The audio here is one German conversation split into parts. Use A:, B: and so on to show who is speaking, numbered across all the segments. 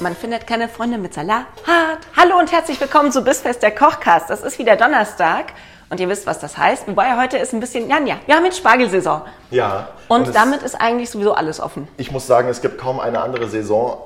A: Man findet keine Freunde mit Salat. Hallo und herzlich willkommen zu Bissfest der Kochcast. Das ist wieder Donnerstag und ihr wisst, was das heißt. Wobei heute ist ein bisschen Janja. Wir haben jetzt Spargelsaison.
B: Ja.
A: Und,
B: es-
A: damit ist eigentlich sowieso alles offen.
B: Ich muss sagen, es gibt kaum eine andere Saison,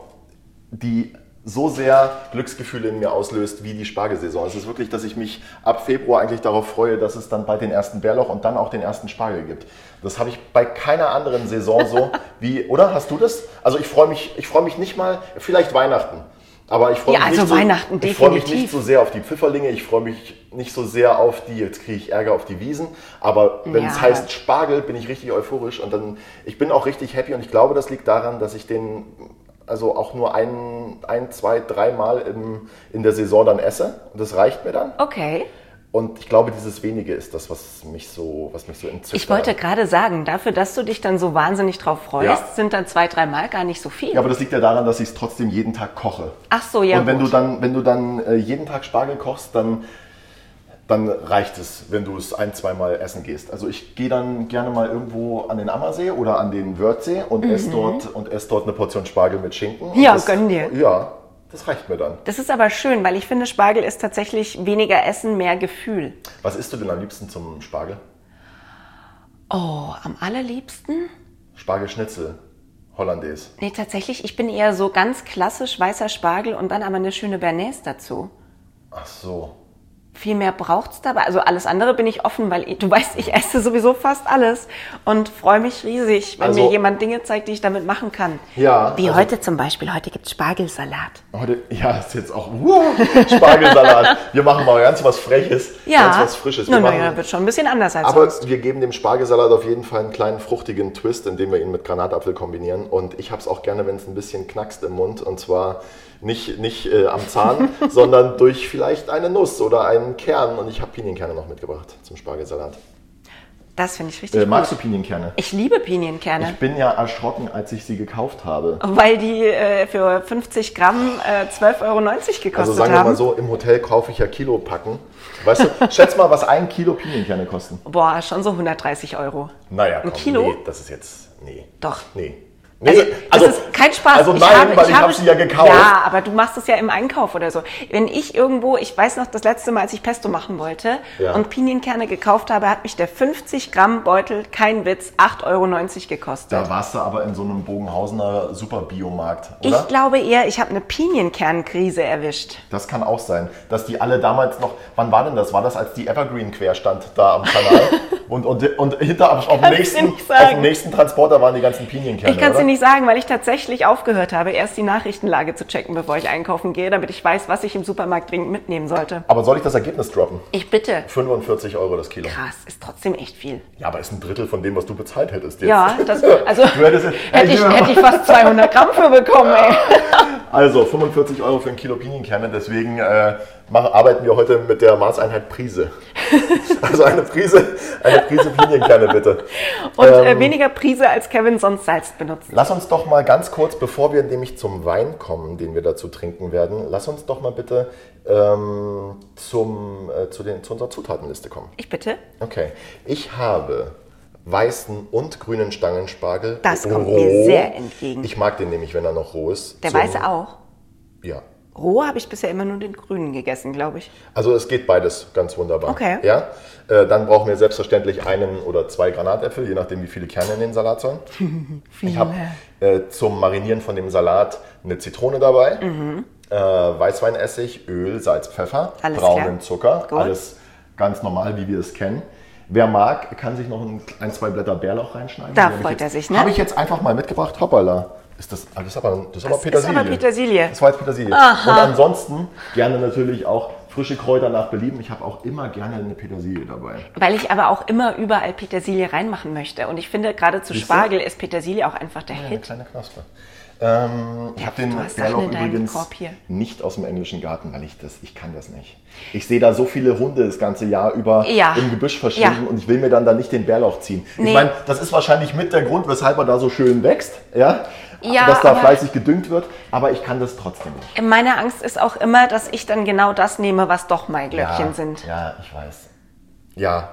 B: die so sehr Glücksgefühle in mir auslöst wie die Spargelsaison. Es ist wirklich, dass ich mich ab Februar eigentlich darauf freue, dass es dann bald den ersten Bärlauch und dann auch den ersten Spargel gibt. Das habe ich bei keiner anderen Saison so wie, oder? Hast du das? Also ich freue mich, ich freue mich nicht mal, vielleicht Weihnachten. Aber ich freue
A: Ja,
B: mich,
A: also
B: nicht so,
A: Weihnachten,
B: ich freue mich
A: definitiv.
B: nicht so sehr auf die Pfifferlinge, ich freue mich nicht so sehr auf die, jetzt kriege ich Ärger auf die Wiesen, aber wenn
A: Ja.
B: es heißt Spargel bin ich richtig euphorisch und dann, ich bin auch richtig happy und ich glaube, das liegt daran, dass ich den also auch nur ein, ein zwei, dreimal im, in der Saison dann esse und das reicht mir dann.
A: Okay.
B: Und ich glaube, dieses wenige ist das, was mich so, was mich so entzückt.
A: Ich wollte gerade sagen, dafür, dass du dich dann so wahnsinnig drauf freust,
B: Ja.
A: sind dann zwei, dreimal gar nicht so viel.
B: Ja, aber das liegt ja daran, dass ich es trotzdem jeden Tag koche.
A: Ach so, ja.
B: und wenn
A: gut.
B: du dann, wenn du dann äh, jeden Tag Spargel kochst, dann, dann reicht es, wenn du es ein, zweimal essen gehst. Also ich gehe dann gerne mal irgendwo an den Ammersee oder an den Wörthsee und esse dort und esse dort eine Portion Spargel mit Schinken. Und
A: Mhm. Ja, gönn dir.
B: Ja, das reicht mir dann.
A: das ist aber schön, weil ich finde, Spargel ist tatsächlich weniger Essen, mehr Gefühl.
B: Was isst du denn am liebsten zum Spargel?
A: Oh, am allerliebsten?
B: Spargelschnitzel, Hollandaise.
A: Nee, tatsächlich, ich bin eher so ganz klassisch weißer Spargel und dann aber eine schöne Bernays dazu.
B: Ach so.
A: Viel mehr braucht's dabei. Also alles andere bin ich offen, weil ich- du weißt, ich esse sowieso fast alles und freue mich riesig, wenn
B: Also-
A: mir jemand Dinge zeigt, die ich damit machen kann.
B: Ja,
A: Wie
B: also-
A: heute zum Beispiel. Heute gibt's Spargelsalat.
B: Heute, ja, ist jetzt auch wow, Spargelsalat. Wir machen mal ganz was Freches, ganz was Frisches. Wir
A: Nun,
B: machen,
A: naja, wird schon ein bisschen anders als
B: Aber
A: sonst.
B: wir geben dem Spargelsalat auf jeden Fall einen kleinen fruchtigen Twist, indem wir ihn mit Granatapfel kombinieren. Und ich habe es auch gerne, wenn es ein bisschen knackst im Mund. Und zwar nicht, nicht äh, am Zahn, sondern durch vielleicht eine Nuss oder einen Kern. Und ich habe Pinienkerne noch mitgebracht zum Spargelsalat.
A: Das finde ich richtig
B: Äh, magst du
A: gut.
B: Pinienkerne?
A: Ich liebe Pinienkerne.
B: Ich bin ja erschrocken, als ich sie gekauft habe.
A: weil die äh, für 50 Gramm äh, 12,90 Euro gekostet
B: Also sagen wir
A: haben.
B: mal so, im Hotel kaufe ich ja Kilopacken. Weißt du, schätz mal, was ein Kilo Pinienkerne kosten.
A: Boah, schon so 130 Euro.
B: Naja,
A: Ein
B: komm,
A: Kilo?
B: Nee, das ist jetzt. Nee.
A: Doch.
B: Nee.
A: Also,
B: Nee,
A: das ist kein Spaß.
B: Also nein, weil ich habe sie ja gekauft.
A: Ja, aber du machst es ja im Einkauf oder so. Wenn ich irgendwo, ich weiß noch, das letzte Mal, als ich Pesto machen wollte
B: Ja.
A: und Pinienkerne gekauft habe, hat mich der 50 Gramm Beutel, kein Witz, 8,90 Euro gekostet.
B: Da warst du aber in so einem Bogenhausener Superbiomarkt, oder?
A: ich glaube eher, ich habe eine Pinienkern-Krise erwischt.
B: das kann auch sein, dass die alle damals noch. Wann war denn das? War das, als die Evergreen quer stand da am Kanal? und, und, und hinter auf, auf, dem
A: kann's dir
B: nächsten,
A: nicht sagen.
B: auf dem nächsten Transporter waren die ganzen Pinienkerne.
A: Ich kann es
B: oder?
A: dir nicht sagen, weil ich tatsächlich aufgehört habe, erst die Nachrichtenlage zu checken, bevor ich einkaufen gehe, damit ich weiß, was ich im Supermarkt dringend mitnehmen sollte.
B: Aber soll ich das Ergebnis droppen?
A: Ich bitte.
B: 45 Euro das Kilo.
A: Krass, ist trotzdem echt viel.
B: Ja, aber ist ein Drittel von dem, was du bezahlt hättest jetzt.
A: Ja, das, also
B: Du hättest-
A: hätte, ich, hätte ich fast 200 Gramm für bekommen, ey.
B: Also 45 Euro für ein Kilo Pinienkerne, deswegen äh, machen, arbeiten wir heute mit der Maßeinheit Prise. also eine Prise, eine Prise Pinienkerne bitte.
A: Und
B: Ähm.
A: äh, weniger Prise, als Kevin sonst salzt benutzt.
B: Lass uns doch mal ganz kurz, bevor wir nämlich zum Wein kommen, den wir dazu trinken werden, lass uns doch mal bitte ähm, zum, äh, zu, den, zu unserer Zutatenliste kommen.
A: Ich bitte.
B: Okay, ich habe weißen und grünen Stangenspargel.
A: Das kommt mir sehr entgegen.
B: Ich mag den nämlich, wenn er noch roh ist.
A: Der
B: Zum-
A: weiße auch.
B: Ja,
A: Roh habe ich bisher immer nur den grünen gegessen, glaube ich.
B: Also es geht beides ganz wunderbar.
A: Okay.
B: Ja? Äh, dann brauchen wir selbstverständlich einen oder zwei Granatäpfel, je nachdem wie viele Kerne in den Salat sollen. ich habe äh, zum Marinieren von dem Salat eine Zitrone dabei, äh, Weißweinessig, Öl, Salz, Pfeffer,
A: Alles klar.
B: braunen Zucker,
A: Gut.
B: alles ganz normal, wie wir es kennen. Wer mag, kann sich noch ein, ein zwei Blätter Bärlauch reinschneiden.
A: Da
B: Die hab ich
A: freut
B: jetzt-
A: er sich, ne?
B: Habe ich jetzt einfach mal mitgebracht. Hoppala. Ist das, ah, das ist aber, das ist aber
A: Das ist
B: Petersilie.
A: aber Petersilie.
B: Das war jetzt Petersilie. Und ansonsten gerne natürlich auch frische Kräuter nach Belieben. Ich habe auch immer gerne eine Petersilie dabei.
A: Weil ich aber auch immer überall Petersilie reinmachen möchte. Und ich finde, gerade zu
B: Siehst du?
A: Spargel ist Petersilie auch einfach der
B: Ja, Eine
A: Hit.
B: kleine Knospe. Ähm, ich habe den
C: du hast
B: Bärlauch
C: Sachen in deinem
B: übrigens
C: Korb hier.
B: nicht aus dem englischen Garten, weil ich das, ich kann das nicht. Ich sehe da so viele Hunde das ganze Jahr über
C: Ja.
B: im Gebüsch verschwinden
C: Ja.
B: und ich will mir dann da nicht den Bärlauch ziehen.
C: Nee.
B: Ich meine, das ist wahrscheinlich mit der Grund, weshalb er da so schön wächst, ja?
C: Ja,
B: dass da
C: aber-
B: fleißig gedüngt wird, aber ich kann das trotzdem nicht.
A: Meine Angst ist auch immer, dass ich dann genau das nehme, was doch mein Glöckchen
B: ja,
A: sind.
B: Ja, ich weiß. Ja.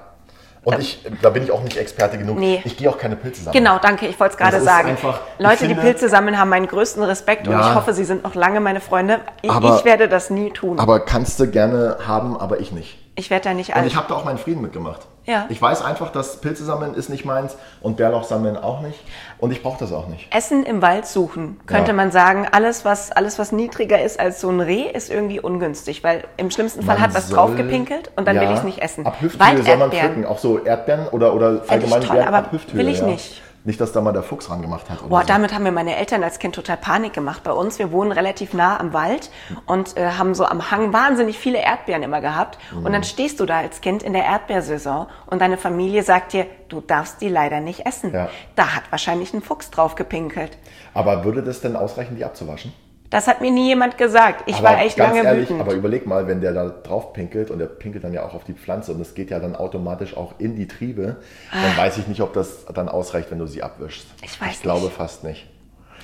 B: Und ich, da bin ich auch nicht Experte genug.
A: Nee.
B: Ich gehe auch keine Pilze sammeln.
A: Genau, danke, ich wollte es gerade
B: ist
A: sagen.
B: einfach- ich
A: Leute, die
B: finde-
A: Pilze sammeln, haben meinen größten Respekt und
B: Ja.
A: ich hoffe, sie sind noch lange meine Freunde. Ich,
B: Aber-
A: ich werde das nie tun.
B: Aber kannst du gerne haben, aber ich nicht.
A: ich werde da nicht
B: Und
A: alt.
B: Also ich habe da auch meinen Frieden mitgemacht.
A: Also- Ja.
B: Ich weiß einfach, dass Pilze sammeln ist nicht meins und Bärlauch sammeln auch nicht. Und ich brauche das auch nicht.
A: Essen im Wald suchen, könnte
B: Ja.
A: man sagen. Alles was, alles, was niedriger ist als so ein Reh, ist irgendwie ungünstig, weil im schlimmsten Fall
B: Man
A: hat was
B: soll-
A: draufgepinkelt und dann will
B: Ja,
A: ich es nicht essen.
B: Ab Hüfthöhe soll man
A: Walderdbeeren.
B: pflücken. Auch so Erdbeeren oder, oder allgemein
A: toll,
B: Beeren
A: aber
B: ab Hüfthöhe.
A: will ich
B: ja.
A: nicht.
B: Nicht, dass da mal der Fuchs ran gemacht hat. Oder
A: Boah,
B: so.
A: damit haben mir meine Eltern als Kind total Panik gemacht. Bei uns, wir wohnen relativ nah am Wald und äh, haben so am Hang wahnsinnig viele Erdbeeren immer gehabt. Und
B: Mhm.
A: dann stehst du da als Kind in der Erdbeersaison und deine Familie sagt dir, du darfst die leider nicht essen.
B: Ja.
A: Da hat wahrscheinlich ein Fuchs drauf gepinkelt.
B: Aber würde das denn ausreichen, die abzuwaschen?
A: Das hat mir nie jemand gesagt. Ich
B: aber
A: war echt
B: ganz
A: lange
B: ehrlich,
A: wütend.
B: Aber überleg mal, wenn der da drauf pinkelt und der pinkelt dann ja auch auf die Pflanze und das geht ja dann automatisch auch in die Triebe, dann weiß ich nicht, ob das dann ausreicht, wenn du sie abwischst.
A: Ah. Ich weiß
B: Ich glaube
A: nicht.
B: fast nicht.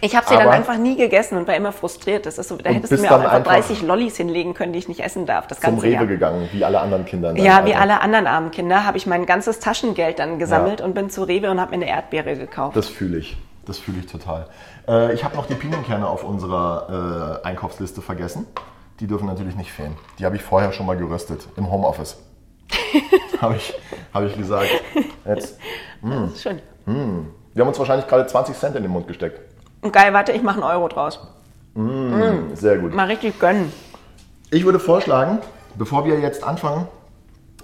A: Ich habe sie dann
B: Aber-
A: einfach nie gegessen und war immer frustriert. Das ist so, da
B: Und
A: hättest du
B: bist
A: mir auch
B: dann
A: einfach
B: einfach
A: 30 Lollis hinlegen können, die ich nicht essen darf. Das
B: Zum
A: ganze
B: Rewe
A: Jahr.
B: gegangen, wie alle anderen Kinder. in deinem
A: Ja, wie
B: Alter.
A: alle anderen armen Kinder habe ich mein ganzes Taschengeld dann gesammelt
B: Ja.
A: und bin zu Rewe und habe mir eine Erdbeere gekauft.
B: Das fühle ich. Das fühle ich total. Äh, ich habe noch die Pinienkerne auf unserer äh, Einkaufsliste vergessen. Die dürfen natürlich nicht fehlen. Die habe ich vorher schon mal geröstet im Homeoffice. habe ich, hab ich gesagt. Jetzt. Hm.
A: Das ist schön.
B: Wir haben uns wahrscheinlich gerade 20 Cent in den Mund gesteckt.
A: Und geil, warte, ich mache einen Euro draus.
B: Mm, Sehr gut.
A: Mal richtig gönnen.
B: Ich würde vorschlagen, bevor wir jetzt anfangen,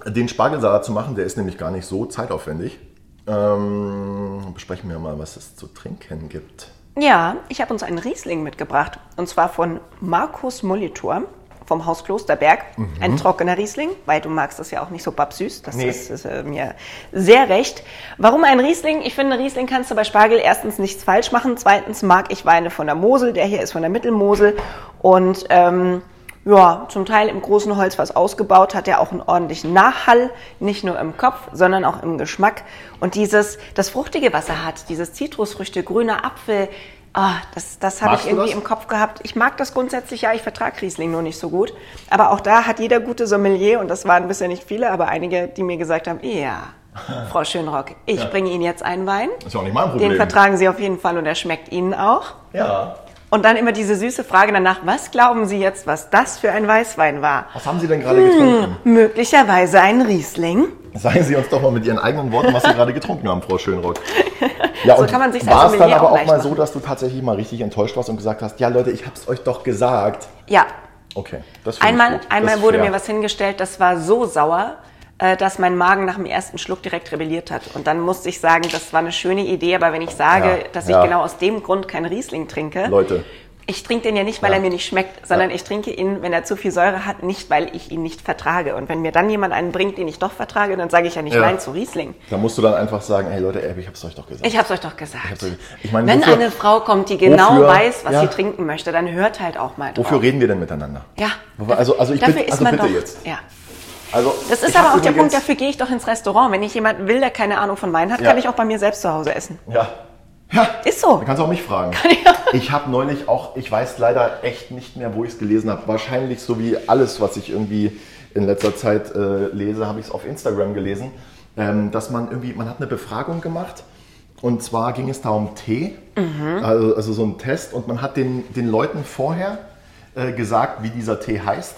B: den Spargelsalat zu machen, der ist nämlich gar nicht so zeitaufwendig, ähm, besprechen wir mal, was es zu trinken gibt.
A: Ja, ich habe uns einen Riesling mitgebracht. Und zwar von Markus Molitor vom Haus Klosterberg. Ein trockener Riesling, weil du magst das ja auch nicht so babsüß. Das
B: Mhm. Nee.
A: ist, ist äh, mir sehr recht. Warum ein Riesling? Ich finde, Riesling kannst du bei Spargel erstens nichts falsch machen. Zweitens mag ich Weine von der Mosel. Der hier ist von der Mittelmosel. Und ähm, ja, zum Teil im großen Holz was ausgebaut, hat er auch einen ordentlichen Nachhall, nicht nur im Kopf, sondern auch im Geschmack. Und dieses, das fruchtige, was er hat, dieses Zitrusfrüchte, grüner Apfel, ah, das, das habe
B: Magst
A: ich
B: du
A: irgendwie
B: das?
A: im Kopf gehabt. Ich mag das grundsätzlich, ja, ich vertrage Riesling nur nicht so gut. Aber auch da hat jeder gute Sommelier, und das waren bisher nicht viele, aber einige, die mir gesagt haben, ja, Frau Schönrock, ich bringe Ihnen jetzt einen Wein.
B: Ist ja auch nicht mein Problem.
A: Den vertragen Sie auf jeden Fall und er schmeckt Ihnen auch.
B: Ja.
A: Und dann immer diese süße Frage danach, was glauben Sie jetzt, was das für ein Weißwein war?
B: Was haben Sie denn gerade
A: Hm.
B: getrunken?
A: Möglicherweise ein Riesling.
B: Sagen Sie uns doch mal mit Ihren eigenen Worten, was Sie gerade getrunken haben, Frau Schönrock. Ja,
A: So kann man sich's als
B: war es dann
A: Sommelier
B: aber
A: auch
B: auch
A: leicht
B: mal
A: machen.
B: so, dass du tatsächlich mal richtig enttäuscht warst und gesagt hast, ja Leute, ich hab's euch doch gesagt.
A: Ja.
B: Okay, das finde ich
A: Einmal,
B: gut. Das
A: einmal
B: ist
A: wurde
B: fair.
A: mir was hingestellt, das war so sauer, äh, dass mein Magen nach dem ersten Schluck direkt rebelliert hat. Und dann musste ich sagen, das war eine schöne Idee, aber wenn ich sage,
B: Ja,
A: dass
B: ja.
A: ich genau aus dem Grund keinen Riesling trinke.
B: Leute.
A: Ich trinke den ja nicht, weil
B: Ja.
A: er mir nicht schmeckt, sondern
B: Ja.
A: ich trinke ihn, wenn er zu viel Säure hat, nicht, weil ich ihn nicht vertrage. Und wenn mir dann jemand einen bringt, den ich doch vertrage, dann sage ich ja nicht
B: Ja.
A: Nein zu Riesling.
B: Da musst du dann einfach sagen, hey Leute, ey, ich hab's euch doch gesagt.
A: Ich hab's euch doch gesagt.
B: hab's euch- ich meine,
A: Wenn
B: wofür-
A: eine Frau kommt, die genau
B: wofür-
A: weiß, was
B: ja.
A: sie trinken möchte, dann hört halt auch mal drauf.
B: Wofür reden wir denn miteinander?
A: Ja.
B: Wofür- Also, also ich
A: dafür
B: bitte,
A: ist
B: also
A: man
B: bitte
A: doch,
B: jetzt.
A: Ja.
B: Also,
A: Das ist
B: ich
A: aber
B: hab
A: auch der Punkt,
B: übrigens-
A: dafür gehe ich doch ins Restaurant. Wenn ich jemanden will, der keine Ahnung von Wein hat,
B: Ja.
A: kann ich auch bei mir selbst zu Hause essen.
B: Ja. Ja.
A: Ist so.
B: Dann kannst du auch mich fragen. Ich habe neulich auch, ich weiß leider echt nicht mehr, wo ich es gelesen habe. Wahrscheinlich so wie alles, was ich irgendwie in letzter Zeit äh, lese, habe ich es auf Instagram gelesen, ähm, dass man irgendwie, man hat eine Befragung gemacht und zwar ging es da um Tee,
A: Mhm.
B: also, also so ein Test und man hat den, den Leuten vorher äh, gesagt, wie dieser Tee heißt.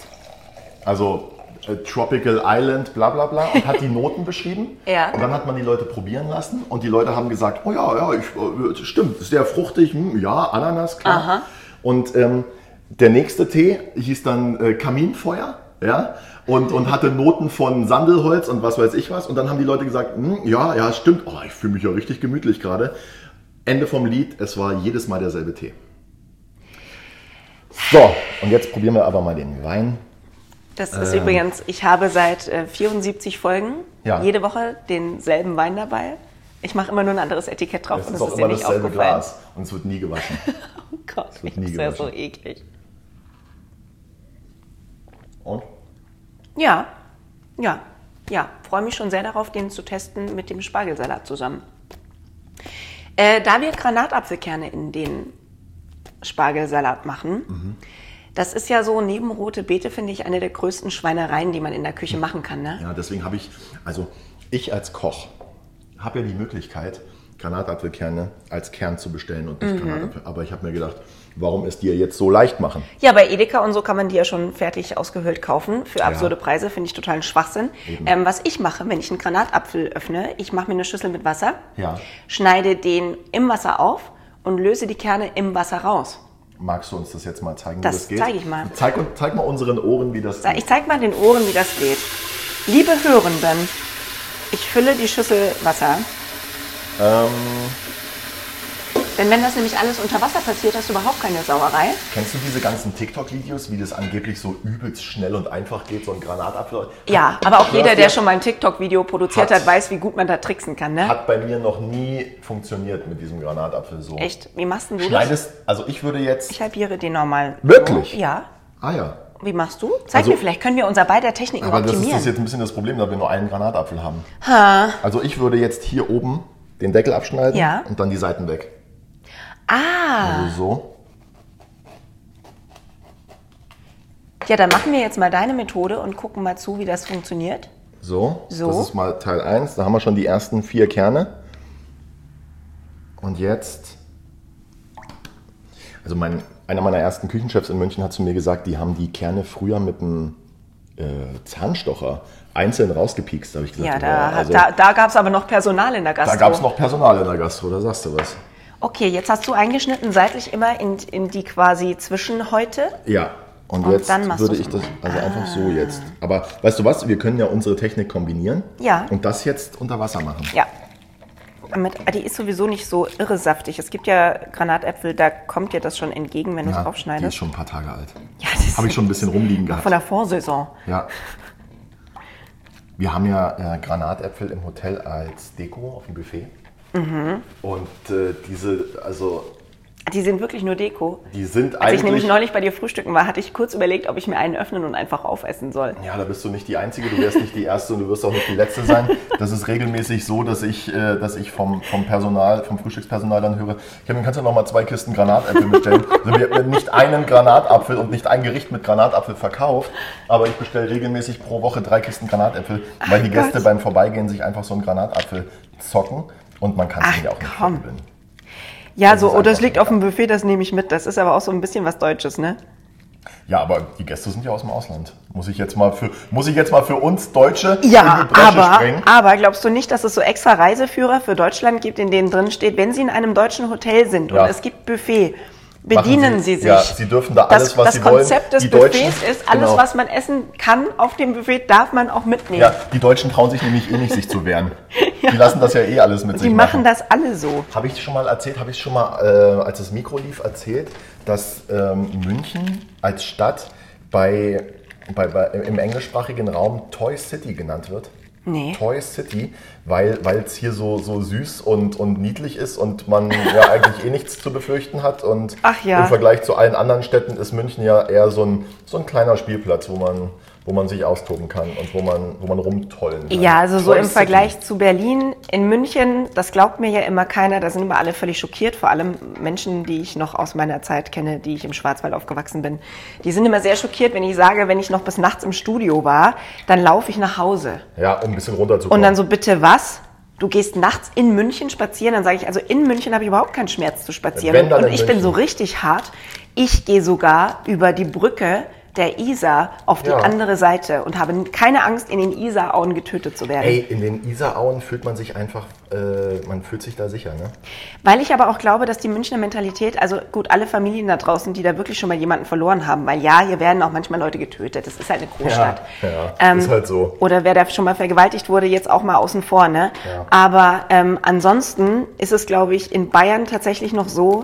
B: Also äh, Tropical Island, bla bla bla, und hat die Noten beschrieben.
A: Ja.
B: Und dann hat man die Leute probieren lassen und die Leute haben gesagt, oh ja, ja, ich, äh, stimmt, ist sehr fruchtig, hm, ja, Ananas, klar. Und ähm, der nächste Tee hieß dann äh, Kaminfeuer, ja, und, und hatte Noten von Sandelholz und was weiß ich was. Und dann haben die Leute gesagt, hm, ja, ja, stimmt, oh, ich fühle mich ja richtig gemütlich gerade. Ende vom Lied, es war jedes Mal derselbe Tee. So, und jetzt probieren wir aber mal den Wein.
A: Das ist übrigens, ich habe seit äh, 74 Folgen
B: Ähm. Ja.
A: jede Woche denselben Wein dabei. Ich mache immer nur ein anderes Etikett drauf
B: Es
A: und
B: ist
A: das
B: auch
A: ist
B: immer
A: dir nicht
B: dasselbe
A: aufgefallen.
B: Glas und es wird nie gewaschen.
A: Oh Gott,
B: wird
A: das
B: nie
A: ist ja
B: gewaschen.
A: so eklig.
B: Und?
A: Ja, ja, ja. Freue mich schon sehr darauf, den zu testen mit dem Spargelsalat zusammen. Äh, da wir Granatapfelkerne in den Spargelsalat machen, das ist ja so neben rote Beete, finde ich, eine der größten Schweinereien, die man in der Küche machen kann. Ne?
B: Ja, deswegen habe ich, also ich als Koch habe ja die Möglichkeit, Granatapfelkerne als Kern zu bestellen und
A: Mhm.
B: nicht Granatapfel. Aber ich habe mir gedacht, warum es dir jetzt so leicht machen?
A: Ja, bei Edeka und so kann man die ja schon fertig ausgehöhlt kaufen. Für absurde Preise finde ich totalen Schwachsinn. Ähm, was ich mache, wenn ich einen Granatapfel öffne, ich mache mir eine Schüssel mit Wasser,
B: Ja.
A: schneide den im Wasser auf und löse die Kerne im Wasser raus.
B: Magst du uns das jetzt mal zeigen,
A: Das
B: wie das geht?
A: zeige ich mal.
B: Zeig, und- zeig mal unseren Ohren, wie das
A: So, Ich zeig mal den Ohren, wie das geht. Liebe Hörenden, ich fülle die Schüssel Wasser.
B: Ähm.
A: Denn wenn das nämlich alles unter Wasser passiert, hast du überhaupt keine Sauerei.
B: Kennst du diese ganzen TikTok-Videos, wie das angeblich so übelst schnell und einfach geht, so ein Granatapfel?
A: Ja, aber auch
B: Schwör's
A: jeder,
B: dir,
A: der schon mal ein TikTok-Video produziert
B: Hat-
A: hat, weiß, wie gut man da tricksen kann, ne?
B: Hat bei mir noch nie funktioniert mit diesem Granatapfel so.
A: Echt? Wie machst denn du das?
B: Schneidest, also ich würde jetzt.
A: Ich halbiere den normal.
B: Wirklich?
A: Ja.
B: Ah ja.
A: Wie machst du? Zeig
B: Also-
A: mir, vielleicht können wir unser beider Techniken
B: Aber das ist,
A: optimieren.
B: das ist jetzt ein bisschen das Problem, da wir nur einen Granatapfel haben. Also ich würde jetzt hier oben den Deckel abschneiden
A: Ja.
B: und dann die Seiten weg.
A: ah,
B: Also so.
A: ja, dann machen wir jetzt mal deine Methode und gucken mal zu, wie das funktioniert.
B: So.
A: So.
B: Das ist mal Teil 1. Da haben wir schon die ersten vier Kerne. Und jetzt. Also mein, einer meiner ersten Küchenchefs in München hat zu mir gesagt, die haben die Kerne früher mit einem äh, Zahnstocher einzeln rausgepiekst. Da habe ich gesagt,
A: Ja,
B: boah,
A: da,
B: also,
A: da, da gab es aber noch Personal in der Gastro.
B: da gab es noch Personal in der Gastro, da sagst du was.
A: Okay, jetzt hast du eingeschnitten seitlich immer in, in die quasi Zwischenhäute.
B: Ja. Und,
A: Und
B: jetzt
A: dann machst
B: würde
A: du's Ah.
B: ich das,
A: nochmal.
B: also einfach so jetzt. Aber weißt du was, wir können ja unsere Technik kombinieren.
A: Ja.
B: Und das jetzt unter Wasser machen.
A: Ja. Damit, ah, die ist sowieso nicht so irre saftig. Es gibt ja Granatäpfel, da kommt dir das schon entgegen, wenn du es
B: die ist
A: aufschneidest.
B: schon ein paar Tage alt.
A: Ja, das
B: Habe ich schon ein bisschen rumliegen gehabt.
A: von der Vorsaison.
B: Ja. Wir haben ja äh, Granatäpfel im Hotel als Deko auf dem Buffet.
A: Mhm.
B: Und äh, diese, also
A: Die sind wirklich nur Deko.
B: die sind
A: Als ich nämlich
B: eigentlich.
A: neulich bei dir frühstücken war, hatte ich kurz überlegt, ob ich mir einen öffnen und einfach aufessen soll.
B: ja, da bist du nicht die Einzige, du wirst nicht die Erste und du wirst auch nicht die Letzte sein. Das ist regelmäßig so, dass ich, äh, dass ich vom, vom Personal, vom Frühstückspersonal dann höre, Kevin, kannst du noch mal zwei Kisten Granatäpfel bestellen? Also wir haben nicht einen Granatapfel und nicht ein Gericht mit Granatapfel verkauft, aber ich bestelle regelmäßig pro Woche drei Kisten Granatäpfel, weil die Gäste beim Vorbeigehen sich einfach so einen Granatapfel zocken und man kann es
A: Ach,
B: ihnen ja auch nicht
A: komm.
B: verübeln.
A: Ja,
B: Das
A: so,
B: Also ist
A: oh, das
B: einfach
A: liegt
B: lecker.
A: auf dem Buffet, das nehme ich mit. Das ist aber auch so ein bisschen was Deutsches, ne?
B: Ja, aber die Gäste sind ja aus dem Ausland. Muss ich jetzt mal für, muss ich jetzt mal für uns Deutsche in
A: Ja,
B: die Bresche
A: aber,
B: springen?
A: aber glaubst du nicht, dass es so extra Reiseführer für Deutschland gibt, in denen drin steht, wenn Sie in einem deutschen Hotel sind
B: Ja.
A: und es gibt Buffet,
B: Machen
A: bedienen Sie, sich.
B: Ja, Sie dürfen da alles,
A: das,
B: was
A: das
B: Sie wollen.
A: Konzept des
B: Die Deutschen-
A: Buffets ist, alles,
B: genau.
A: was man essen kann auf dem Buffet, darf man auch mitnehmen.
B: Ja, die Deutschen trauen sich nämlich eh nicht, sich zu wehren. Die lassen das ja eh alles mit
A: Die
B: sich
A: machen
B: machen.
A: das alle so.
B: Habe ich schon mal erzählt, habe ich schon mal, äh, als das Mikro lief, erzählt, dass ähm, München als Stadt bei, bei, bei, im englischsprachigen Raum Toy City genannt wird.
A: Nee.
B: Toy City, weil es hier so, so süß und, und niedlich ist und man ja eigentlich eh nichts zu befürchten hat. Und
A: Ach ja.
B: im Vergleich zu allen anderen Städten ist München ja eher so ein, so ein kleiner Spielplatz, wo man, wo man sich austoben kann und wo man, wo man rumtollen kann.
A: Ja, also so
B: Toy
A: im
B: City.
A: Vergleich zu Berlin, in München, das glaubt mir ja immer keiner, da sind immer alle völlig schockiert, vor allem Menschen, die ich noch aus meiner Zeit kenne, die ich im Schwarzwald aufgewachsen bin. Die sind immer sehr schockiert, wenn ich sage, wenn ich noch bis nachts im Studio war, dann laufe ich nach Hause.
B: Ja, um ein bisschen runterzukommen.
A: Und dann so, bitte was? Du gehst nachts in München spazieren, dann sage ich, also in München habe ich überhaupt keinen Schmerz zu spazieren.
B: Wenn, dann
A: und
B: in
A: ich bin so
B: München.
A: richtig hart. Ich gehe sogar über die Brücke der Isar auf die
B: Ja.
A: andere Seite und habe keine Angst, in den Isarauen getötet zu werden.
B: Ey, in den Isarauen fühlt man sich einfach, äh, man fühlt sich da sicher, ne?
A: Weil ich aber auch glaube, dass die Münchner Mentalität, also gut, alle Familien da draußen, die da wirklich schon mal jemanden verloren haben, weil ja, hier werden auch manchmal Leute getötet. Das ist halt eine Großstadt. Ähm,
B: Ja, ja, ist halt so.
A: Oder wer da schon mal vergewaltigt wurde, jetzt auch mal außen vor, ne?
B: Ja.
A: Aber ähm, ansonsten ist es, glaube ich, in Bayern tatsächlich noch so,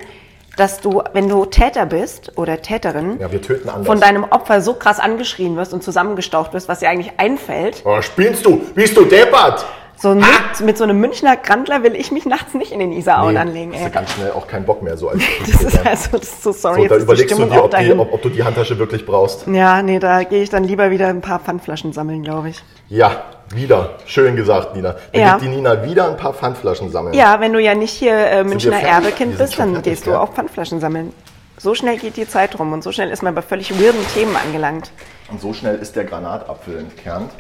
A: dass du, wenn du Täter bist oder Täterin,
B: Ja, wir töten anders.
A: von deinem Opfer so krass angeschrien wirst und zusammengestaucht wirst, was dir eigentlich einfällt,
B: oh, spielst du? Bist du deppert?
A: So mit, mit so einem Münchner Grandler will ich mich nachts nicht in den Isarauen anlegen.
B: Hast du
A: Ey.
B: ganz schnell auch keinen Bock mehr so als
A: Das ist also das ist so sorry,
B: So, da
A: jetzt ist die
B: überlegst du
A: Stimmung
B: dir,
A: auch
B: ob, die,
A: dahin.
B: ob, ob du die Handtasche wirklich brauchst.
A: ja, nee, da gehe ich dann lieber wieder ein paar Pfandflaschen sammeln, glaube ich.
B: Ja, wieder. Schön gesagt, Nina. Dann
A: Ja.
B: geht die Nina wieder ein paar Pfandflaschen sammeln.
A: Ja, wenn du ja nicht hier äh,
B: wir
A: Münchner
B: fertig?
A: Erbekind
B: Wir sind
A: bist,
B: schon
A: dann
B: fertig,
A: gehst du
B: ja.
A: auch Pfandflaschen sammeln. So schnell geht die Zeit rum und so schnell ist man bei völlig weirden Themen angelangt.
B: Und so schnell ist der Granatapfel entkernt.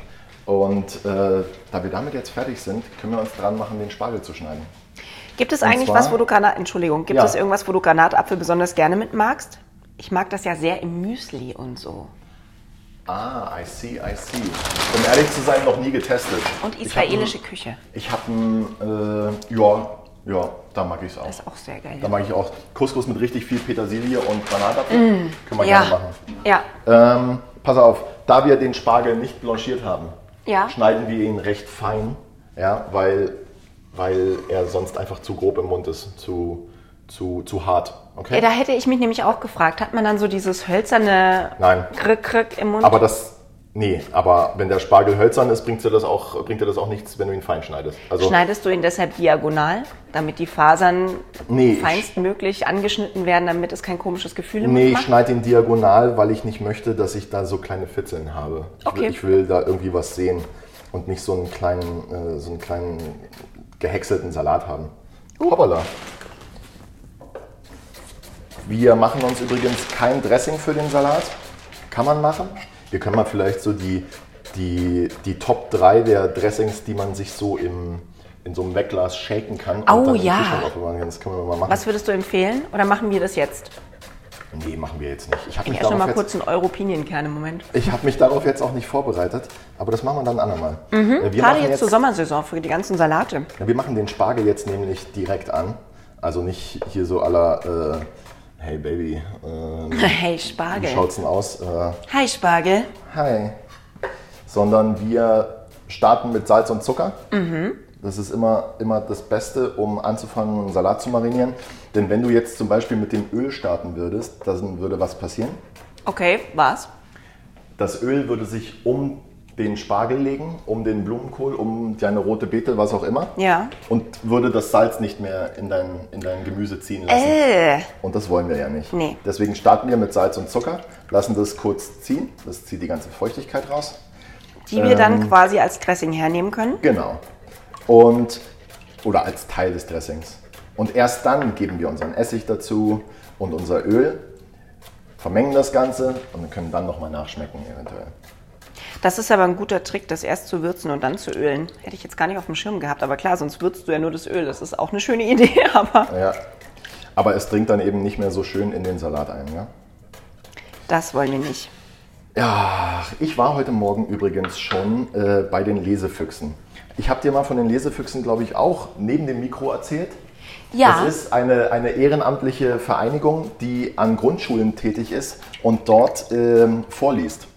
B: Und äh, da wir damit jetzt fertig sind, können wir uns dran machen, den Spargel zu schneiden.
A: Gibt es eigentlich
B: zwar-
A: was, wo du Granat, Entschuldigung, gibt
B: Ja.
A: es irgendwas, wo du Granatapfel besonders gerne mit magst? Ich mag das ja sehr im Müsli und so.
B: Ah, I see, I see. Um ehrlich zu sein, noch nie getestet.
A: Und
B: Ich hab ein-
A: israelische Küche.
B: Ich habe ein, äh, ja, ja, da mag ich es auch.
A: Das ist auch sehr geil.
B: Da mag ich auch Couscous mit richtig viel Petersilie und Granatapfel. Können wir gerne
A: Mm, Ja.
B: machen.
A: Ja.
B: Ähm, pass auf, da wir den Spargel nicht blanchiert haben,
A: Ja.
B: schneiden wir ihn recht fein, ja, weil, weil er sonst einfach zu grob im Mund ist, zu, zu, zu hart. Okay?
A: Ey, da hätte ich mich nämlich auch gefragt, hat man dann so dieses hölzerne
B: Nein.
A: Krick, Krick im Mund?
B: aber das. Nee, aber wenn der Spargel hölzern ist, bringt dir das auch, bringt dir das auch nichts, wenn du ihn fein schneidest. Also,
A: Schneidest du ihn deshalb diagonal, damit die Fasern
B: Nee, ich-
A: feinstmöglich angeschnitten werden, damit es kein komisches Gefühl im
B: Nee,
A: Mund
B: ich
A: macht?
B: schneide ihn diagonal, weil ich nicht möchte, dass ich da so kleine Fitzeln habe.
A: Okay.
B: Ich, will, ich will da irgendwie was sehen und nicht so einen kleinen, äh, so einen kleinen gehäckselten Salat haben.
A: Uh.
B: Hoppala. Wir machen uns übrigens kein Dressing für den Salat. Kann man machen. Wir können mal vielleicht so die, die, die Top 3 der Dressings, die man sich so im, in so einem Wegglas shaken kann.
A: Oh
B: dann im
A: ja.
B: Kühlschrank aufbewahren kann. Das können wir mal machen.
A: Was würdest du empfehlen? Oder machen wir das jetzt?
B: Nee, machen wir jetzt nicht. Ich habe
A: Ich
B: mich
A: esse noch
B: darauf
A: mal
B: jetzt
A: kurz einen Euro-Pinienkern im Moment.
B: Ich habe mich darauf jetzt auch nicht vorbereitet, aber das machen wir dann ein andermal. Äh, Wir,
A: Gerade
B: machen
A: Mhm. jetzt,
B: jetzt,
A: zur Sommersaison für die ganzen Salate.
B: wir machen den Spargel jetzt nämlich direkt an. Also nicht hier so aller, äh, hey Baby, ähm,
A: Hey,
B: wie
A: Spargel.
B: schaut's denn aus? Äh,
A: Hi, Spargel.
B: hi. Sondern wir starten mit Salz und Zucker.
A: Mhm.
B: Das ist immer, immer das Beste, um anzufangen, einen Salat zu marinieren. Denn wenn du jetzt zum Beispiel mit dem Öl starten würdest, dann würde was passieren.
A: Okay, was?
B: Das Öl würde sich um den Spargel legen, um den Blumenkohl, um deine rote Beete, was auch immer.
A: Ja.
B: Und würde das Salz nicht mehr in dein, in dein Gemüse ziehen lassen.
A: Äh,
B: Und das wollen wir ja nicht.
A: Nee.
B: Deswegen starten wir mit Salz und Zucker, lassen das kurz ziehen. Das zieht die ganze Feuchtigkeit raus.
A: die
B: ähm,
A: wir dann quasi als Dressing hernehmen können.
B: Genau. Und, oder als Teil des Dressings. Und erst dann geben wir unseren Essig dazu und unser Öl, vermengen das Ganze und können dann nochmal nachschmecken eventuell.
A: Das ist aber ein guter Trick, das erst zu würzen und dann zu ölen. Hätte ich jetzt gar nicht auf dem Schirm gehabt, aber klar, sonst würzt du ja nur das Öl. Das ist auch eine schöne Idee, aber
B: Ja. Aber es dringt dann eben nicht mehr so schön in den Salat ein, ja?
A: das wollen wir nicht.
B: Ach, ich war heute Morgen übrigens schon äh, bei den Lesefüchsen. Ich habe dir mal von den Lesefüchsen, glaube ich, auch neben dem Mikro erzählt. Das ist eine, eine ehrenamtliche Vereinigung, die an Grundschulen tätig ist und dort ähm, vorliest.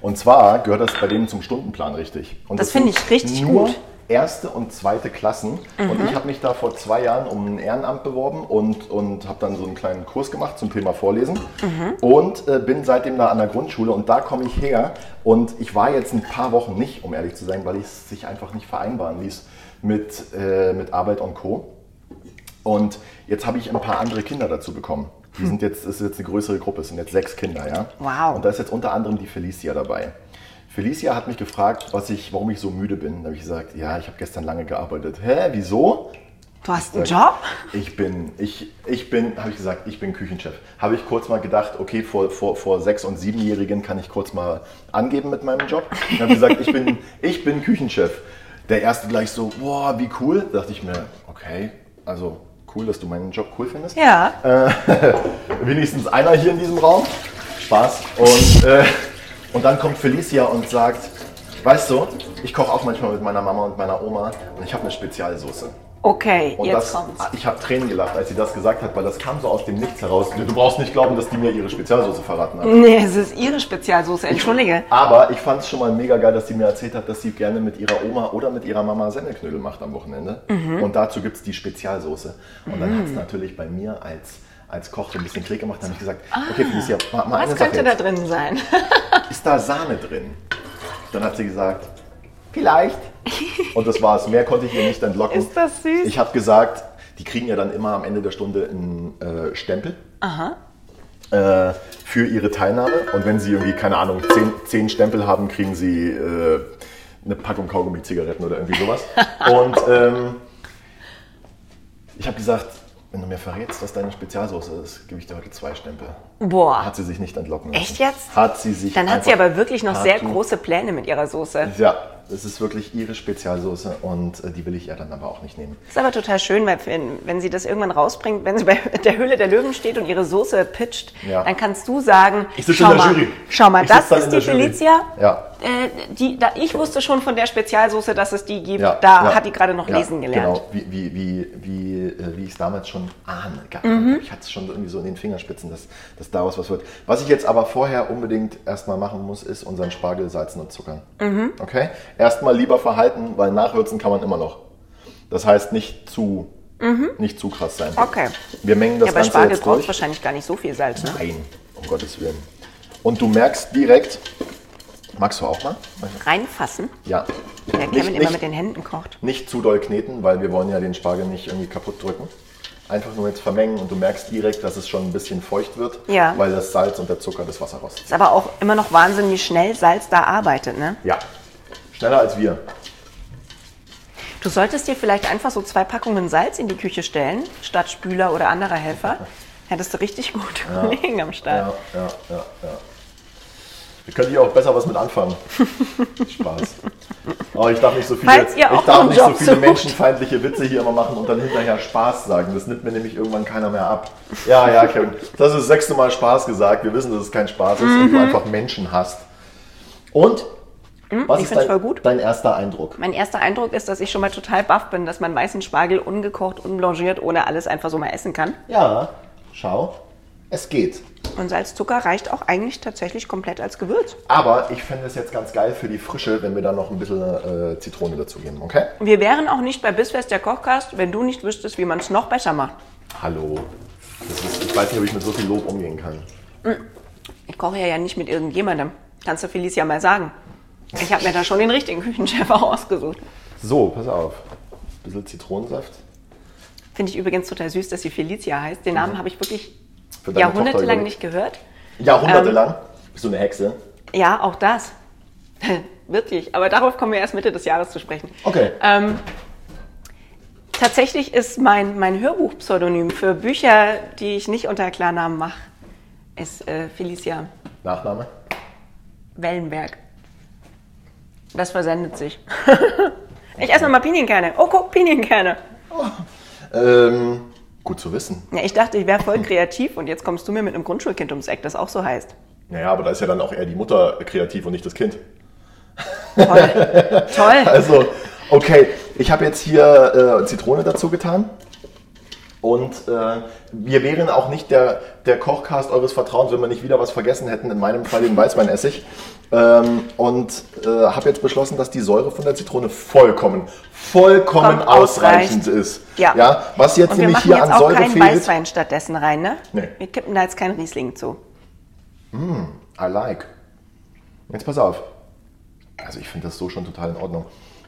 B: Und zwar gehört das bei denen zum Stundenplan richtig. Und
A: Das
B: sind
A: finde ich richtig
B: nur
A: gut. Mhm.
B: Erste und zweite Klassen. Und ich habe mich da vor zwei Jahren um ein Ehrenamt beworben und, und habe dann so einen kleinen Kurs gemacht zum Thema Vorlesen.
A: Mhm.
B: Und äh, bin seitdem da an der Grundschule und da komme ich her. Und ich war jetzt ein paar Wochen nicht, um ehrlich zu sein, weil ich es sich einfach nicht vereinbaren ließ mit, äh, mit Arbeit und Co. Und jetzt habe ich ein paar andere Kinder dazu bekommen. Die sind jetzt, ist jetzt eine größere Gruppe, es sind jetzt sechs Kinder, ja.
A: Wow.
B: Und da ist jetzt unter anderem die Felicia dabei. Felicia hat mich gefragt, was ich, warum ich so müde bin. Da habe ich gesagt, ja, ich habe gestern lange gearbeitet. Hä, wieso?
A: Du hast
B: Äh,
A: einen Job?
B: Ich bin, ich, ich bin, habe ich gesagt, ich bin Küchenchef. Habe ich kurz mal gedacht, okay, vor, vor, vor sechs- und siebenjährigen kann ich kurz mal angeben mit meinem Job. Dann habe ich gesagt, ich bin, ich bin Küchenchef. Der erste gleich so, boah, wie cool. Da dachte ich mir, okay, also cool, dass du meinen Job cool findest.
A: Ja.
B: äh, Wenigstens einer hier in diesem Raum. Spaß. Und, äh, und dann kommt Felicia und sagt, weißt du, ich koche auch manchmal mit meiner Mama und meiner Oma und ich habe eine Spezialsoße.
A: Okay,
B: Und
A: jetzt
B: das, ah,
A: kommt's.
B: Ich habe Tränen gelacht, als sie das gesagt hat, weil das kam so aus dem Nichts heraus. Du brauchst nicht glauben, dass die mir ihre Spezialsoße verraten hat.
A: Nee, es ist ihre Spezialsoße, entschuldige.
B: Aber ich fand es schon mal mega geil, dass sie mir erzählt hat, dass sie gerne mit ihrer Oma oder mit ihrer Mama Semmelknödel macht am Wochenende.
A: Mhm.
B: Und dazu gibt es die Spezialsoße. Und dann hat es natürlich bei mir als, als Koch so ein bisschen Klick gemacht. Dann habe ich gesagt, okay, Felicia, mal, mal eine
A: Ah. Was
B: Sache
A: könnte da
B: jetzt.
A: drin sein?
B: Ist da Sahne drin? Dann hat sie gesagt, vielleicht. Und das war's. Mehr konnte ich ihr nicht entlocken.
A: Ist das süß?
B: Ich habe gesagt, die kriegen ja dann immer am Ende der Stunde einen äh, Stempel äh, für ihre Teilnahme. Und wenn sie irgendwie, keine Ahnung, zehn, zehn Stempel haben, kriegen sie äh, eine Packung Kaugummi-Zigaretten oder irgendwie sowas. Und ähm, ich habe gesagt, wenn du mir verrätst, was deine Spezialsoße ist, gebe ich dir heute zwei Stempel.
A: Boah.
B: Hat sie sich nicht entlocken lassen.
A: Echt jetzt?
B: Hat sie sich
A: Dann hat sie
B: einfach
A: aber wirklich noch sehr
B: partout-
A: große Pläne mit ihrer Soße.
B: Ja, es ist wirklich ihre Spezialsoße und äh, die will ich ja dann aber auch nicht nehmen.
A: Ist aber total schön, weil wenn, wenn sie das irgendwann rausbringt, wenn sie bei der Höhle der Löwen steht und ihre Soße pitcht,
B: Ja.
A: dann kannst du sagen,
B: Ich sitze
A: schau
B: in der
A: mal,
B: Jury.
A: schau mal,
B: Ich
A: das
B: sitze dann
A: ist
B: in
A: die
B: der Jury.
A: Felicia.
B: Ja.
A: Äh, die, da, ich wusste schon von der Spezialsoße, dass es die gibt.
B: Ja,
A: da
B: ja,
A: hat die gerade noch
B: ja,
A: lesen gelernt.
B: Genau, wie, wie, wie, wie, äh, wie ich es damals schon ahne. geahnt
A: Mhm.
B: habe. Ich hatte es schon irgendwie so in den Fingerspitzen, dass, dass daraus was wird. Was ich jetzt aber vorher unbedingt erstmal machen muss, ist unseren Spargel salzen und zuckern.
A: Mhm.
B: Okay? Erstmal lieber verhalten, weil nachwürzen kann man immer noch. Das heißt, nicht zu, nicht zu krass sein.
A: Mhm. Okay.
B: Wir mengen das
A: Ja, bei
B: Ganze
A: Spargel
B: jetzt
A: braucht es
B: durch.
A: wahrscheinlich gar nicht so viel Salz. Ne?
B: Nein, um Gottes Willen. Und du merkst direkt, magst du auch mal?
A: Reinfassen,
B: Ja.
A: der Kevin immer mit den Händen kocht.
B: Nicht zu doll kneten, weil wir wollen ja den Spargel nicht irgendwie kaputt drücken. Einfach nur jetzt vermengen und du merkst direkt, dass es schon ein bisschen feucht wird,
A: Ja.
B: weil das Salz und der Zucker das Wasser rauszieht.
A: Ist aber auch immer noch Wahnsinn, wie schnell Salz da arbeitet. Ne?
B: Ja, schneller als wir.
A: Du solltest dir vielleicht einfach so zwei Packungen Salz in die Küche stellen, statt Spüler oder anderer Helfer. Hättest du richtig gute Kollegen am
B: Ja,
A: Start.
B: ja, ja, ja. Wir können hier auch besser was mit anfangen. Spaß. Aber ich darf nicht so viele,
A: Falls ihr auch
B: ich darf
A: einen
B: nicht
A: Job
B: so viele
A: sucht.
B: menschenfeindliche Witze hier immer machen und dann hinterher Spaß sagen. Das nimmt mir nämlich irgendwann keiner mehr ab. Ja, ja, Kevin. Das ist das sechste Mal Spaß gesagt. Wir wissen, dass es kein Spaß ist
A: Mhm.
B: und du einfach Menschen hasst. Und? was
A: Mhm, ich
B: ist
A: find's
B: dein,
A: voll gut.
B: dein erster Eindruck?
A: Mein erster Eindruck ist, dass ich schon mal total baff bin, dass man weißen Spargel ungekocht, unblanchiert, ohne alles einfach so mal essen kann.
B: Ja, schau. Es geht.
A: Und Salzzucker reicht auch eigentlich tatsächlich komplett als Gewürz.
B: Aber ich fände es jetzt ganz geil für die Frische, wenn wir da noch ein bisschen äh, Zitrone dazu geben, okay?
A: Wir wären auch nicht bei Bissfest der Kochcast, wenn du nicht wüsstest, wie man es noch besser macht.
B: Hallo. Das ist, ich weiß nicht, ob ich mit so viel Lob umgehen kann.
A: Ich koche ja ja nicht mit irgendjemandem. Kannst du Felicia mal sagen. Ich habe mir da schon den richtigen Küchenchef auch ausgesucht.
B: So, pass auf. Ein bisschen Zitronensaft.
A: Finde ich übrigens total süß, dass sie Felicia heißt. Den Namen habe ich wirklich
B: Mhm. Für deine Tochter
A: jahrhundertelang nicht
B: überlegt.
A: gehört.
B: Jahrhundertelang. Bist du eine Hexe?
A: Ja, auch das. Wirklich. Aber darauf kommen wir erst Mitte des Jahres zu sprechen.
B: Okay.
A: Ähm, tatsächlich ist mein, mein Hörbuch-Pseudonym für Bücher, die ich nicht unter Klarnamen mache, ist äh, Felicia
B: Nachname?
A: Wellenberg. Das versendet sich. ich esse nochmal Pinienkerne. Oh, guck, Pinienkerne.
B: Ähm, gut zu wissen.
A: Ja, ich dachte, ich wäre voll kreativ und jetzt kommst du mir mit einem Grundschulkind ums Eck, das auch so heißt.
B: Naja, aber da ist ja dann auch eher die Mutter kreativ und nicht das Kind.
A: Toll. Toll.
B: Also, okay, ich habe jetzt hier äh, Zitrone dazu getan. Und äh, wir wären auch nicht der, der Kochcast eures Vertrauens, wenn wir nicht wieder was vergessen hätten. In meinem Fall den Weißweinessig. Ähm, und äh, habe jetzt beschlossen, dass die Säure von der Zitrone vollkommen, vollkommen
A: Vollkommen
B: ausreichend ist.
A: Ja.
B: Was jetzt
A: Und wir
B: nämlich
A: machen
B: hier
A: jetzt
B: an
A: auch
B: Säure
A: keinen
B: fehlt.
A: Weißwein stattdessen rein, ne?
B: Nee.
A: Wir kippen da jetzt keinen Riesling zu. Oh,
B: I like. Jetzt pass auf. Also ich finde das so schon total in Ordnung.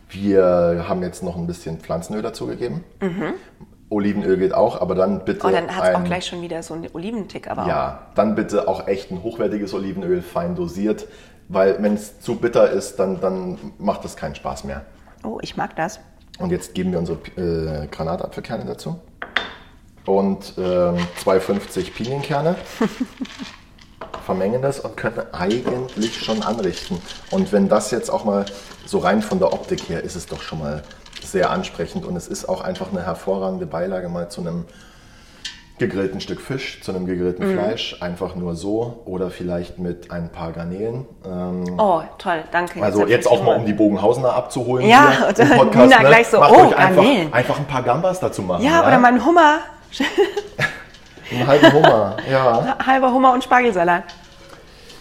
B: Wir haben jetzt noch ein bisschen Pflanzenöl dazugegeben. Olivenöl geht auch, aber dann bitte.
A: Mhm. Oh, dann hat es auch
B: ein-
A: gleich schon wieder so einen Oliventick, aber auch.
B: Ja, dann bitte auch echt ein hochwertiges Olivenöl, fein dosiert. Weil wenn es zu bitter ist, dann, dann macht das keinen Spaß mehr.
A: Oh, ich mag das.
B: Und jetzt geben wir unsere äh, Granatapfelkerne dazu. Und ähm, 2,50 Pinienkerne. Vermengen das und können eigentlich schon anrichten. Und wenn das jetzt auch mal so rein von der Optik her ist, es doch schon mal sehr ansprechend. Und es ist auch einfach eine hervorragende Beilage mal zu einem gegrillten Stück Fisch, zu einem gegrillten Fleisch. Einfach nur so oder vielleicht mit ein paar Garnelen. Ähm,
A: Oh, toll, danke.
B: also
A: hab
B: jetzt
A: ich
B: auch mal
A: Hunger.
B: um die Bogenhausener abzuholen.
A: Ja,
B: hier
A: und
B: im
A: dann
B: Podcast,
A: Nina
B: ne?
A: gleich so,
B: Macht
A: oh,
B: euch einfach,
A: Garnelen.
B: einfach ein paar Gambas dazu machen.
A: Ja, oder mein Hummer.
B: Einen halben Hummer, ja.
A: Halber Hummer und Spargelsalat.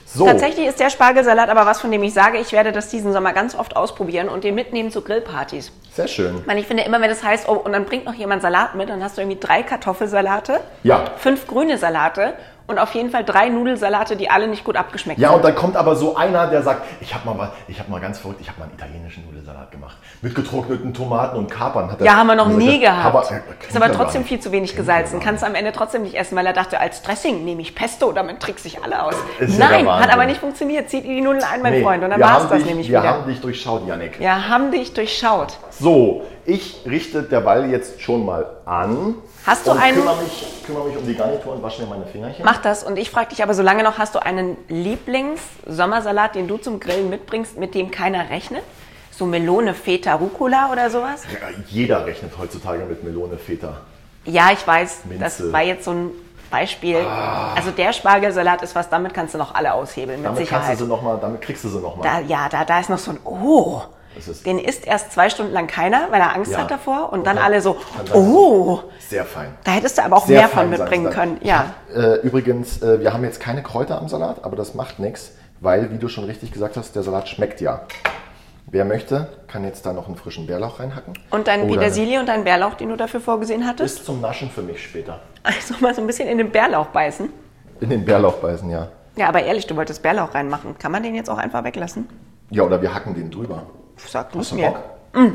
B: So,
A: Tatsächlich ist der Spargelsalat aber was, von dem ich sage, ich werde das diesen Sommer ganz oft ausprobieren und den mitnehmen zu Grillpartys.
B: sehr schön.
A: Ich meine, ich finde immer, wenn das heißt, oh, und dann bringt noch jemand Salat mit, dann hast du irgendwie drei Kartoffelsalate,
B: Ja.
A: fünf grüne Salate und auf jeden Fall drei Nudelsalate, die alle nicht gut abgeschmeckt
B: Ja,
A: sind.
B: und dann kommt aber so einer, der sagt, ich habe mal, was- ich hab mal ganz verrückt, ich habe mal einen italienischen Nudelsalat gemacht. Mit getrockneten Tomaten und Kapern. Hat er-
A: Ja, haben wir noch
B: Und
A: nie
B: sagt er,
A: gehabt.
B: Aber, äh,
A: ist aber
B: klingt
A: trotzdem
B: nicht.
A: viel zu wenig
B: Klingt
A: gesalzen.
B: aber
A: Kannst am Ende trotzdem nicht essen, weil er dachte, als Dressing nehme ich Pesto, damit trickse ich alle aus.
B: Ist ja der
A: Nein, hat
B: Wahnsinn.
A: aber nicht funktioniert. Zieht ihr die Nudeln ein, mein
B: Nee,
A: Freund, und dann
B: wir
A: war es
B: haben
A: das
B: dich,
A: nämlich
B: Wir
A: wieder.
B: haben dich durchschaut, Yannick.
A: ja, haben dich durchschaut.
B: So, ich richte derweil jetzt schon mal an.
A: Hast du
B: und
A: einen-
B: Kümmere mich, kümmere mich um die Garnitur und wasche mir meine Fingerchen.
A: Mach das. Und ich frage dich aber so lange noch, hast du einen Lieblings-Sommersalat, den du zum Grillen mitbringst, mit dem keiner rechnet? So Melone, Feta, Rucola oder sowas?
B: Ja, Jeder rechnet heutzutage mit Melone Feta.
A: Ja, ich weiß, das
B: Minze. Ah.
A: war jetzt so ein Beispiel. Also der Spargelsalat ist was, damit kannst du noch alle aushebeln, mit
B: Damit, kannst du
A: Sicherheit.
B: sie noch mal, damit kriegst du sie nochmal.
A: Da, ja, da, da ist noch so ein Oh.
B: Das ist-
A: Den isst erst zwei Stunden lang keiner, weil er Angst
B: Ja.
A: hat davor. Und
B: Und
A: dann
B: dann-
A: alle so,
B: dann sagst du,
A: oh,
B: Sehr fein.
A: da hättest du aber auch
B: Sehr
A: mehr von
B: fein,
A: mitbringen
B: sagst du dann.
A: können. Ja.
B: Äh, übrigens, äh, wir haben jetzt keine Kräuter am Salat, aber das macht nichts, weil, wie du schon richtig gesagt hast, der Salat schmeckt ja. Wer möchte, kann jetzt da noch einen frischen Bärlauch reinhacken.
A: Und deine
B: Oder-
A: Petersilie und dein Bärlauch, den du dafür vorgesehen hattest?
B: Oh, Ist zum Naschen für mich später.
A: Also mal so ein bisschen in den Bärlauch beißen.
B: In den Bärlauch beißen, ja.
A: Ja, aber ehrlich, du wolltest Bärlauch reinmachen. Kann man den jetzt auch einfach weglassen?
B: Ja, oder wir hacken den drüber.
A: Sag du
B: Hast du
A: mir. Mm.
B: Bock?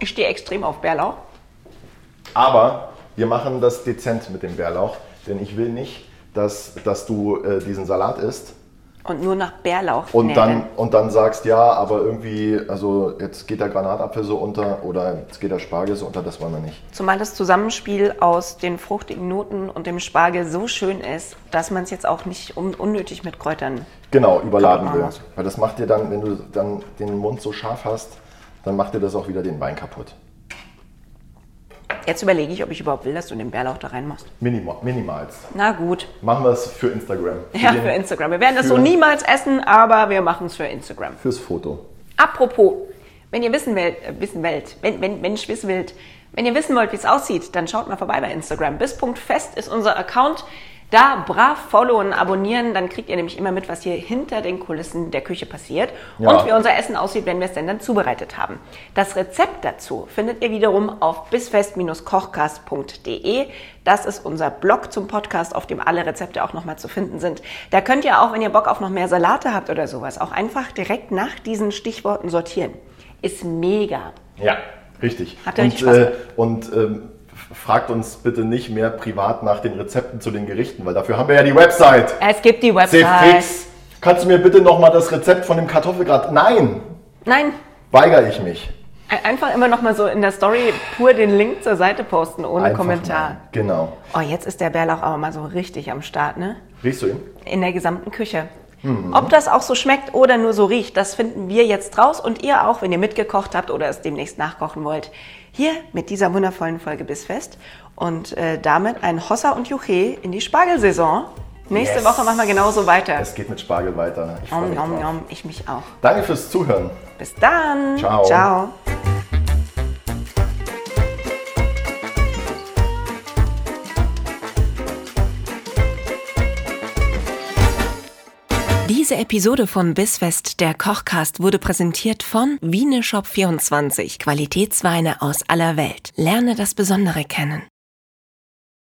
A: Ich stehe extrem auf Bärlauch.
B: Aber wir machen das dezent mit dem Bärlauch, denn ich will nicht, dass, dass du äh, diesen Salat isst
A: Und nur nach Bärlauch.
B: und,
A: Nee,
B: dann, und dann sagst, ja, aber irgendwie, also jetzt geht der Granatapfel so unter oder jetzt geht der Spargel so unter, das wollen wir nicht.
A: Zumal das Zusammenspiel aus den fruchtigen Noten und dem Spargel so schön ist, dass man es jetzt auch nicht un unnötig mit Kräutern.
B: Genau, überladen
A: Aber
B: will.
A: Ananas.
B: Weil das macht dir dann, wenn du dann den Mund so scharf hast, dann macht dir das auch wieder den Wein kaputt.
A: Jetzt überlege ich, ob ich überhaupt will, dass du den Bärlauch da reinmachst.
B: Minimal, minimals.
A: Na gut.
B: Machen wir es für Instagram.
A: Ja,
B: den-
A: für Instagram. Wir werden das
B: für-
A: so niemals essen, aber wir machen es für Instagram.
B: Fürs Foto.
A: Apropos, wenn ihr wissen wollt, äh, wissen wollt, wenn, wenn, Mensch wissen wollt, wenn ihr wissen wollt, wie es aussieht, dann schaut mal vorbei bei Instagram. Bis.fest ist unser Account. Da brav followen, abonnieren, dann kriegt ihr nämlich immer mit, was hier hinter den Kulissen der Küche passiert
B: Ja.
A: und wie unser Essen aussieht, wenn wir es denn dann zubereitet haben. Das Rezept dazu findet ihr wiederum auf bisfest-kochcast.de. Das ist unser Blog zum Podcast, auf dem alle Rezepte auch nochmal zu finden sind. Da könnt ihr auch, wenn ihr Bock auf noch mehr Salate habt oder sowas, auch einfach direkt nach diesen Stichworten sortieren. Ist mega.
B: Ja, richtig.
A: Habt ihr
B: und,
A: richtig Spaß
B: äh, und ähm, f- fragt uns bitte nicht mehr privat nach den Rezepten zu den Gerichten, weil dafür haben wir ja die Website.
A: Es gibt die Website.
B: Cfix. Kannst du mir bitte nochmal das Rezept von dem Kartoffelgrad? Nein,
A: Nein,
B: weigere ich mich.
A: ein- einfach immer nochmal so in der Story pur den Link zur Seite posten, ohne
B: Einfach
A: Kommentar.
B: nein. Genau.
A: Oh, jetzt ist der Bärlauch aber mal so richtig am Start, ne?
B: Riechst du ihn?
A: in der gesamten Küche.
B: Mhm.
A: Ob das auch so schmeckt oder nur so riecht, das finden wir jetzt raus und ihr auch, wenn ihr mitgekocht habt oder es demnächst nachkochen wollt. Hier mit dieser wundervollen Folge bis fest und äh, damit ein Hossa und Juche in die Spargelsaison. Nächste
B: Yes.
A: Woche machen wir genauso weiter.
B: Es geht mit Spargel weiter. Ich freu
A: Nom,
B: mich
A: nom,
B: drauf.
A: nom, ich mich auch.
B: Danke fürs Zuhören.
A: Bis dann.
B: Ciao.
A: Ciao.
D: Diese Episode von Bissfest, der Kochcast, wurde präsentiert von Wieneshop24, Qualitätsweine aus aller Welt. Lerne das Besondere kennen.